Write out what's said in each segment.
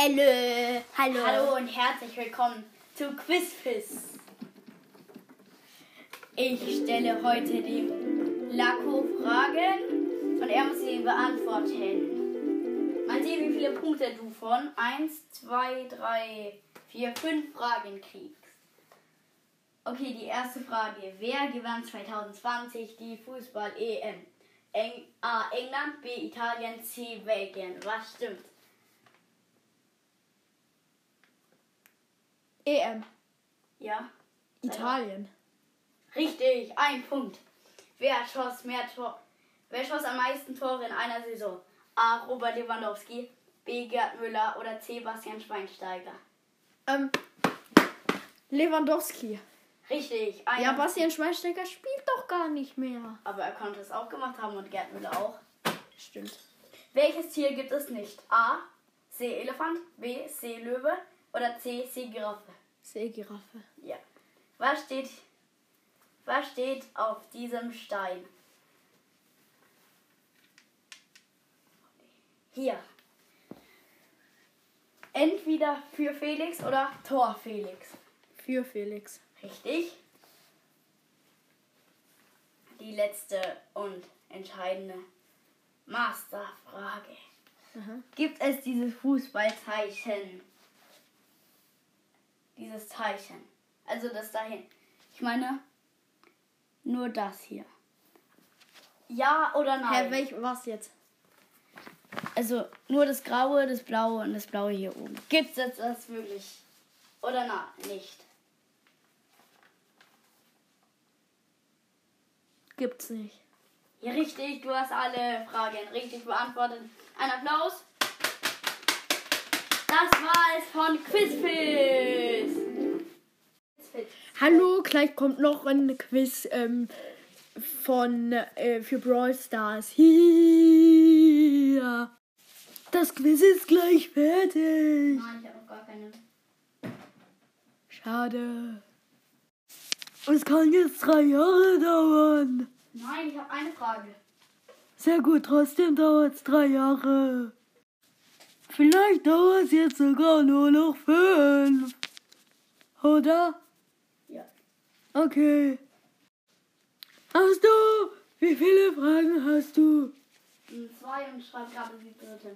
Elle. Hallo. Hallo und herzlich willkommen zu Quizfis. Ich stelle heute dem Laco Fragen und er muss sie beantworten. Mal sehen, wie viele Punkte du von 1, 2, 3, 4, 5 Fragen kriegst. Okay, die erste Frage. Wer gewann 2020 die Fußball-EM? Eng A. England, B. Italien, C. Belgien. Was stimmt? EM. Ja. E Italien. Richtig, ein Punkt. Wer schoss mehr Tor Wer schoss am meisten Tore in einer Saison? A. Robert Lewandowski, B. Gerd Müller oder C. Bastian Schweinsteiger. Ähm, Lewandowski. Richtig, ein Ah, Ja, Bastian Schweinsteiger spielt doch gar nicht mehr. Aber er konnte es auch gemacht haben und Gerd Müller auch. Stimmt. Welches Tier gibt es nicht? A. Seeelefant, B. Seelöwe oder C. Seegiraffe. Seegiraffe. Ja. Was steht, was steht auf diesem Stein? Hier. Entweder für Felix oder Tor Felix. Für Felix. Richtig. Die letzte und entscheidende Masterfrage. Aha. Gibt es dieses Fußballzeichen? Dieses Zeichen. Also das dahin. Ich meine, nur das hier. Ja oder nein? Hä, welch, was jetzt? also nur das Graue, das Blaue und das Blaue hier oben. Gibt es das wirklich? Oder na, nicht? Gibt's nicht. Ja, richtig, du hast alle Fragen richtig beantwortet. Ein Applaus. Das war es von Quizfizz. Quizfizz. Hallo, gleich kommt noch ein Quiz ähm, von äh, für Brawl Stars. Hier. Das Quiz ist gleich fertig. Nein, ich habe noch gar keine. Schade. Es kann jetzt drei Jahre dauern. Nein, ich habe eine Frage. Sehr gut, trotzdem dauert es drei Jahre. Vielleicht dauert es jetzt sogar nur noch fünf. Oder? Ja. Okay. Hast du? Wie viele Fragen hast du? Zwei und schreibe gerade die dritte.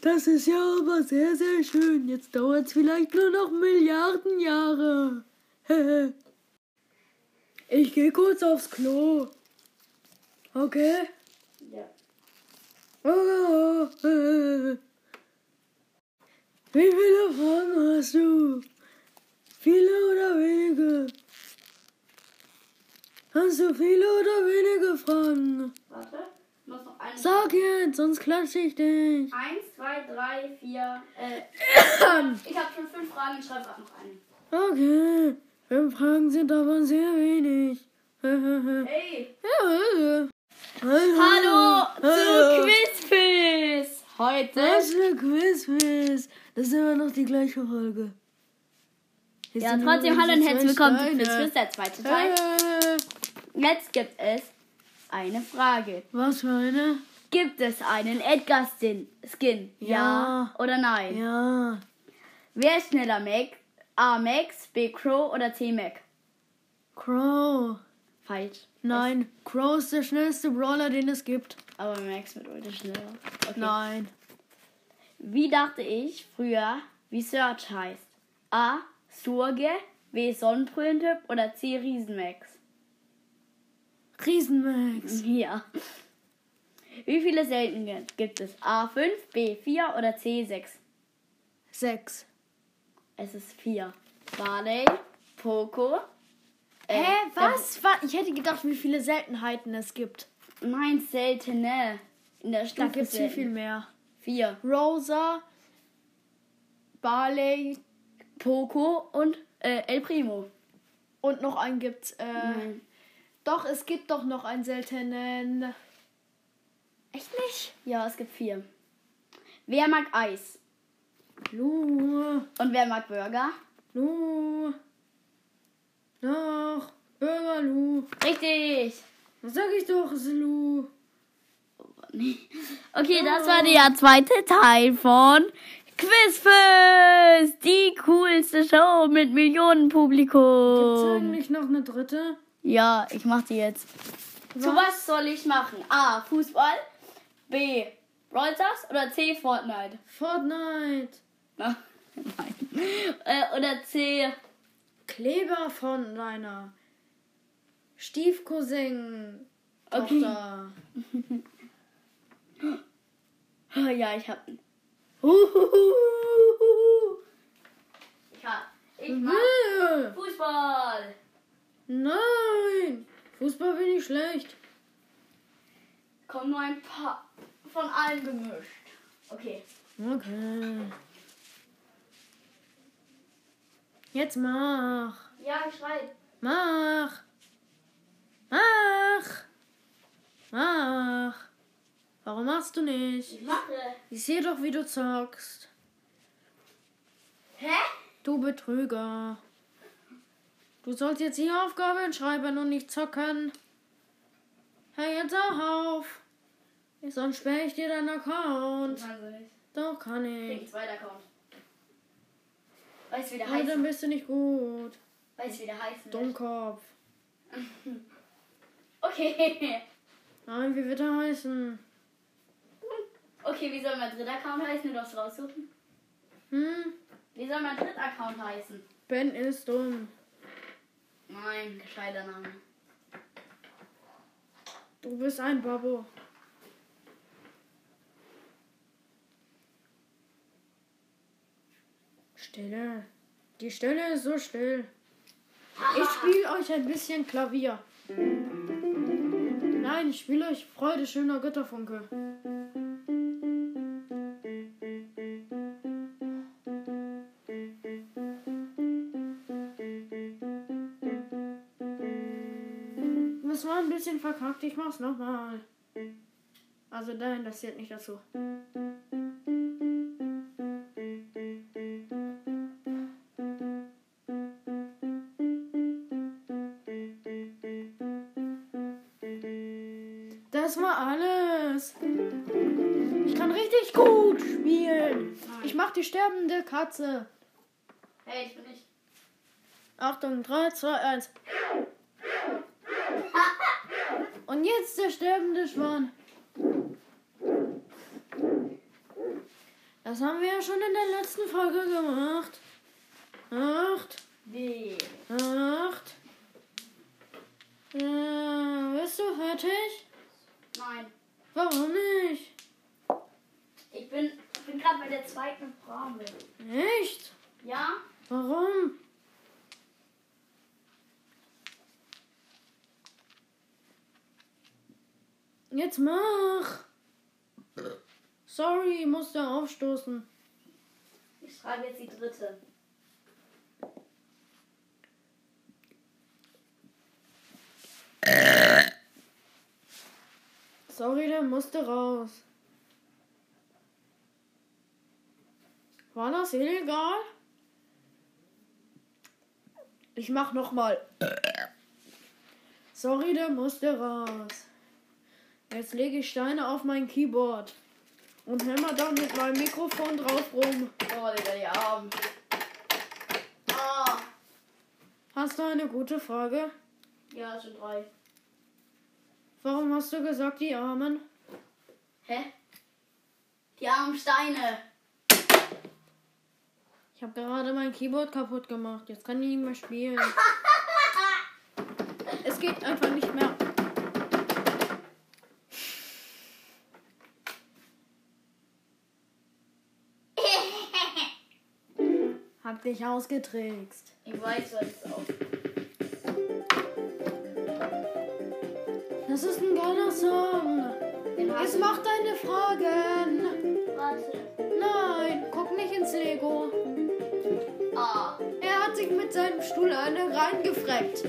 Das ist ja aber sehr, sehr schön. Jetzt dauert es vielleicht nur noch Milliarden Jahre. ich gehe kurz aufs Klo. Okay? Ja. Oh, äh. Wie viele Fragen hast du? Viele oder wenige? Hast du viele oder wenige Fragen? Warte. Ich muss noch eine. Sag jetzt, sonst klatsche ich dich. Eins, zwei, drei, vier. Äh, ich habe schon fünf Fragen und schreibe gerade noch eine. Okay, fünf Fragen sind aber sehr wenig. Hey. Hallo Hallo zu Äh. Quizfizz. Heute. Das ist eine Quizquiz. Das ist immer noch die gleiche Folge. Jetzt Ja, sind wir trotzdem nur hallo und diese herzlich zwei willkommen zu Steine. Quizfizz, der zweite Teil. Äh, Jetzt gibt es eine Frage. was für eine? Gibt es einen Edgar-Skin? Ja. ja oder nein? Ja, Wer ist schneller, Mac? A. Max, B. Crow oder C. Mac? Crow. Falsch. Nein, Crow ist der schnellste Brawler, den es gibt. Aber Max wird heute schneller. Okay. Nein. Wie dachte ich früher, wie Search heißt? A. Surge, B. Sonnenbrillentyp oder C. Riesenmax? Riesenmax. Ja. Wie viele seltene gibt es? A5, B4 oder C6? Sechs. Es ist 4. Barley, Poco. äh, Hä, was? Wa- Ich hätte gedacht, wie viele Seltenheiten es gibt. äh, Nein, seltene. In der Da Stadt gibt es viel, viel mehr. 4. Rosa, Barley Poco und äh, El Primo. und noch einen gibt's. Äh, Doch, es gibt doch noch einen seltenen. Echt nicht? Ja, es gibt vier. Wer mag Eis? Lu, Und wer mag Burger? Lu. Noch. Bürger Lu. Richtig! Das sag ich doch, es ist Lu. Okay, das war der zweite Teil von Quizfest! Die coolste Show mit Gibt's Millionenpublikum. eigentlich noch eine dritte? Ja, ich mach die jetzt. Zu was soll ich machen? A. Fußball. B. Brawl Stars oder C. Fortnite? Fortnite. Na, nein. Äh, oder C. Kleber von deiner Stiefcousin. Okay. Tochter. Oh, ja, ich hab. Ich hab. Ich mach Äh, Fußball. Nein. Fußball bin ich schlecht. Kommen nur ein paar von allen gemischt. Okay. Okay. Jetzt mach. Ja, ich schreibe. Mach. Mach. Mach. Warum machst du nicht? Ich mache. Ich sehe doch, wie du zockst. Hä? Du Betrüger. Du sollst jetzt die Aufgaben schreiben und nicht zocken. Hör jetzt auch auf. Sonst sperre ich dir deinen Account. Wahnsinnig. Doch kann ich. Kriegt zweiter kommt. Weiß wie der Aber Ah, dann heißt. bist du nicht gut. Weiß wie der heißt. Dummkopf. Okay. Nein, wie wird er heißen? Okay, wie soll mein dritter Account heißen? Du darfst raussuchen. Hm? Wie soll mein dritter Account heißen? Ben ist dumm. Nein, gescheiter Name. Du bist ein Babbo. Stille. Die Stille ist so still. Ich spiele euch ein bisschen Klavier. Nein, ich spiele euch Freude schöner Götterfunke. Das war ein bisschen verkackt, ich mach's nochmal. Also nein, das zählt nicht dazu. Das war alles. Ich kann richtig gut spielen. Ich mach die sterbende Katze. Hey, ich bin nicht. Achtung, 3, 2, 1. Und jetzt der sterbende Schwan. Das haben wir ja schon in der letzten Folge gemacht. Acht, Nee. acht. Äh, bist du fertig? Nein. Warum nicht? Ich bin, ich bin gerade bei der zweiten Frage. Echt? Ja? Warum? Jetzt mach! Sorry, musste aufstoßen. Ich schreibe jetzt die dritte. Sorry, der musste raus. War das illegal? Ich mach nochmal. Sorry, der musste raus. Jetzt lege ich Steine auf mein Keyboard. Und hämmer dann mit meinem Mikrofon drauf rum. Oh, Digga, die Armen. Ah. Hast du eine gute Frage? Ja, schon drei. Warum hast du gesagt, die Armen? Hä? Die armen Steine. Ich habe gerade mein Keyboard kaputt gemacht. Jetzt kann ich nicht mehr spielen. es geht einfach nicht mehr. Hab dich ausgetrickst. Ich weiß das auch. Das ist ein geiler Song. Den Jetzt hast mach deine Fragen. Warte. Nein, guck nicht ins Lego. Ah. Er hat sich mit seinem Stuhl eine reingefreckt.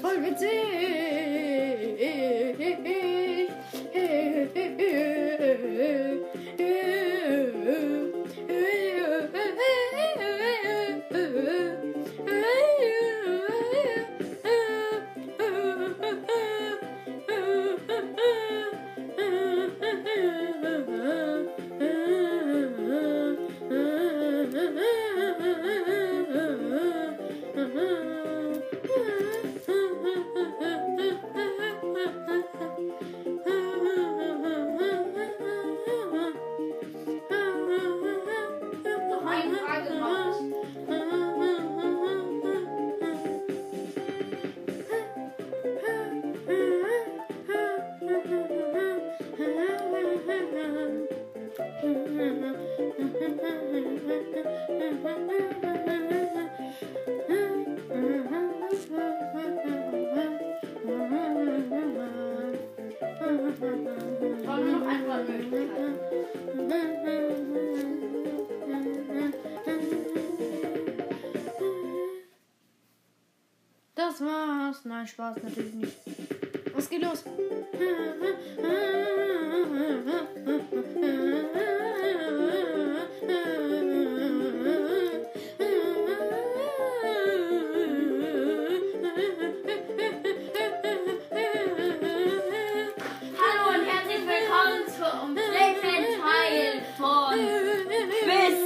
Voll witzig. eine Frage noch. Ich brauche nur noch Antwortmöglichkeiten. Das war's. Nein, Spaß natürlich nicht. Was geht los? Hallo und herzlich willkommen zum dritten Teil von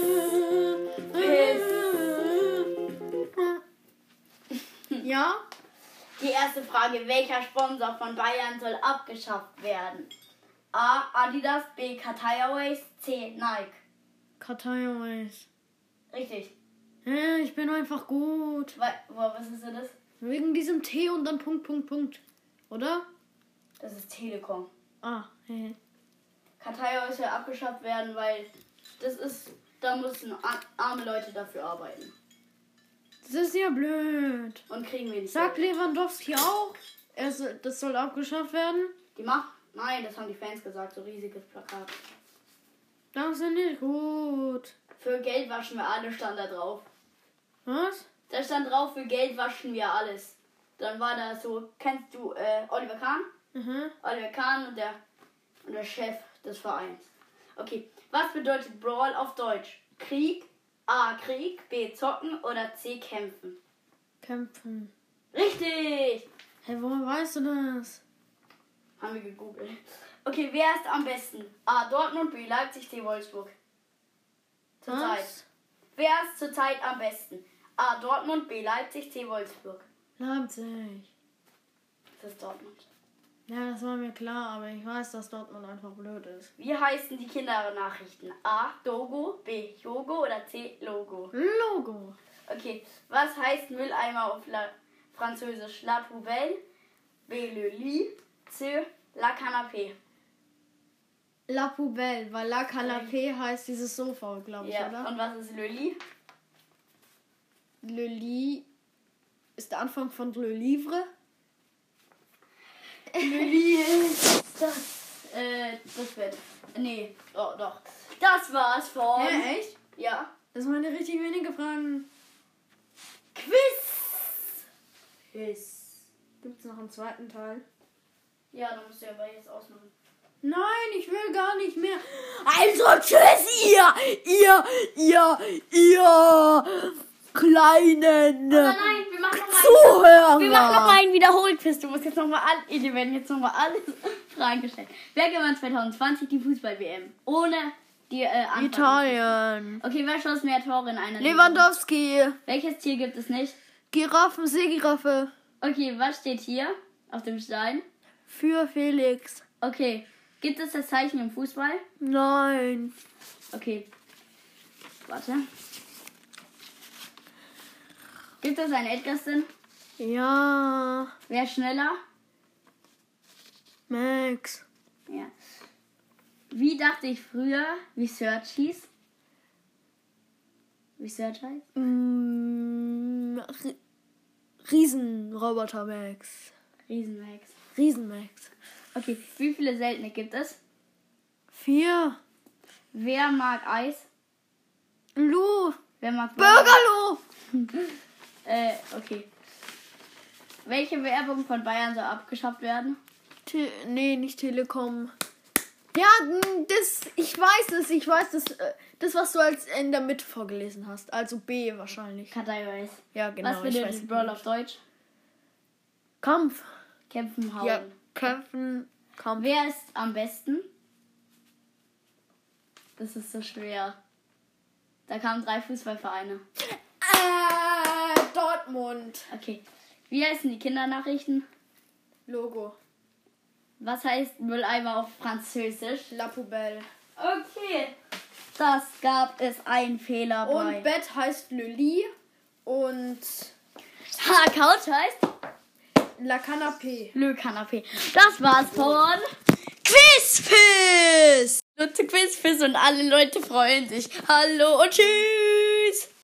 Ja? Die erste Frage, welcher Sponsor von Bayern soll abgeschafft werden? A. Adidas, B. Qatar Airways, C. Nike. Karteiways. Richtig. Äh, ich bin einfach gut. Wa- Boah, was ist denn das? Wegen diesem T und dann Punkt, Punkt, Punkt. Oder? Das ist Telekom. Ah, hä. Qatar Airways soll abgeschafft werden, weil das ist, da müssen a- arme Leute dafür arbeiten. Das ist ja blöd. Und kriegen wir nicht. Sagt Lewandowski auch, er so, das soll abgeschafft werden? Die macht. Nein, das haben die Fans gesagt, so riesiges Plakat. Das ist nicht gut. Für Geld waschen wir alle stand da drauf. Was? Da stand drauf, für Geld waschen wir alles. Dann war da so, kennst du äh, Oliver Kahn? Aha. Oliver Kahn und der, und der Chef des Vereins. Okay, was bedeutet Brawl auf Deutsch? Krieg, A. Krieg, B. Zocken oder C. Kämpfen? Kämpfen. Richtig! Hä, woher weißt du das? Haben wir gegoogelt. Okay, wer ist am besten? A. Dortmund, B. Leipzig, C. Wolfsburg. Zurzeit. Was? Wer ist zurzeit am besten? A. Dortmund, B. Leipzig, C. Wolfsburg. Leipzig. Das ist Dortmund. Ja, das war mir klar, aber ich weiß, dass Dortmund einfach blöd ist. Wie heißen die Kindernachrichten? A. Dogo, B. Jogo oder C. Logo? Logo. Okay, was heißt Mülleimer auf La Französisch? La Poubelle, B. Le Lit, C. La Canapé. La Poubelle, weil La Canapé heißt dieses Sofa, glaube ich, Ja, oder? und was ist Le Lit? Le Lit ist der Anfang von Le Livre. Le Lit ist das, äh, das Bett. Nee, oh, doch. Das war's von... Hä, echt? Ja. Das waren ja richtig wenige Fragen. Quiz! Quiz. Gibt es noch einen zweiten Teil? Ja, dann musst du ja aber jetzt ausmachen. Nein, ich will gar nicht mehr. Also tschüss, ihr, ihr, ihr, ihr kleinen Oh Nein, nein, wir machen noch mal... Zuhörer. Wir machen nochmal einen Wiederholquiz. Du musst jetzt nochmal alle, eh, dir werden jetzt nochmal alle Fragen gestellt. Wer gewann 2020 die Fußball-WM? Ohne die äh, Antworten. Italien. Okay, wer schoss mehr Tore in einer Lewandowski. Saison? Welches Tier gibt es nicht? Giraffen, Seegiraffe. Okay, was steht hier auf dem Stein? Für Felix. Okay, gibt es das Zeichen im Fußball? Nein. Okay. Warte. Gibt es einen Edgerson? Ja. Wer ist schneller? Max. Ja. Wie dachte ich früher, wie Search hieß? Wie Search heißt? Mm, Ri- Riesenroboter Max. Riesenmax. Riesen Max. Okay, wie viele seltene gibt es? Vier. Wer mag Eis? Lu. Wer mag Bürgerlo. Äh, okay. Welche Werbung von Bayern soll abgeschafft werden? Te nee, nicht Telekom. Ja, n- das, ich weiß es, ich weiß es. äh, Das, was du als in der Mitte vorgelesen hast. Also B wahrscheinlich. Kataiweiß. Ja, genau. Was bedeutet Brawl auf Deutsch? Kampf. Kämpfen, hauen. Ja, kämpfen, Kampf. Wer ist am besten? Das ist so schwer. Da kamen drei Fußballvereine. Äh, Dortmund. Okay. Wie heißen die Kindernachrichten? Logo. Was heißt Mülleimer auf Französisch? La Poubelle. Okay. das gab es einen Fehler Und bei. Bett heißt Lily und Ha, Couch heißt La Canapé. Le Canapé. Das war's von Quizfizz. Leute, Quizfizz und alle Leute freuen sich. Hallo und tschüss.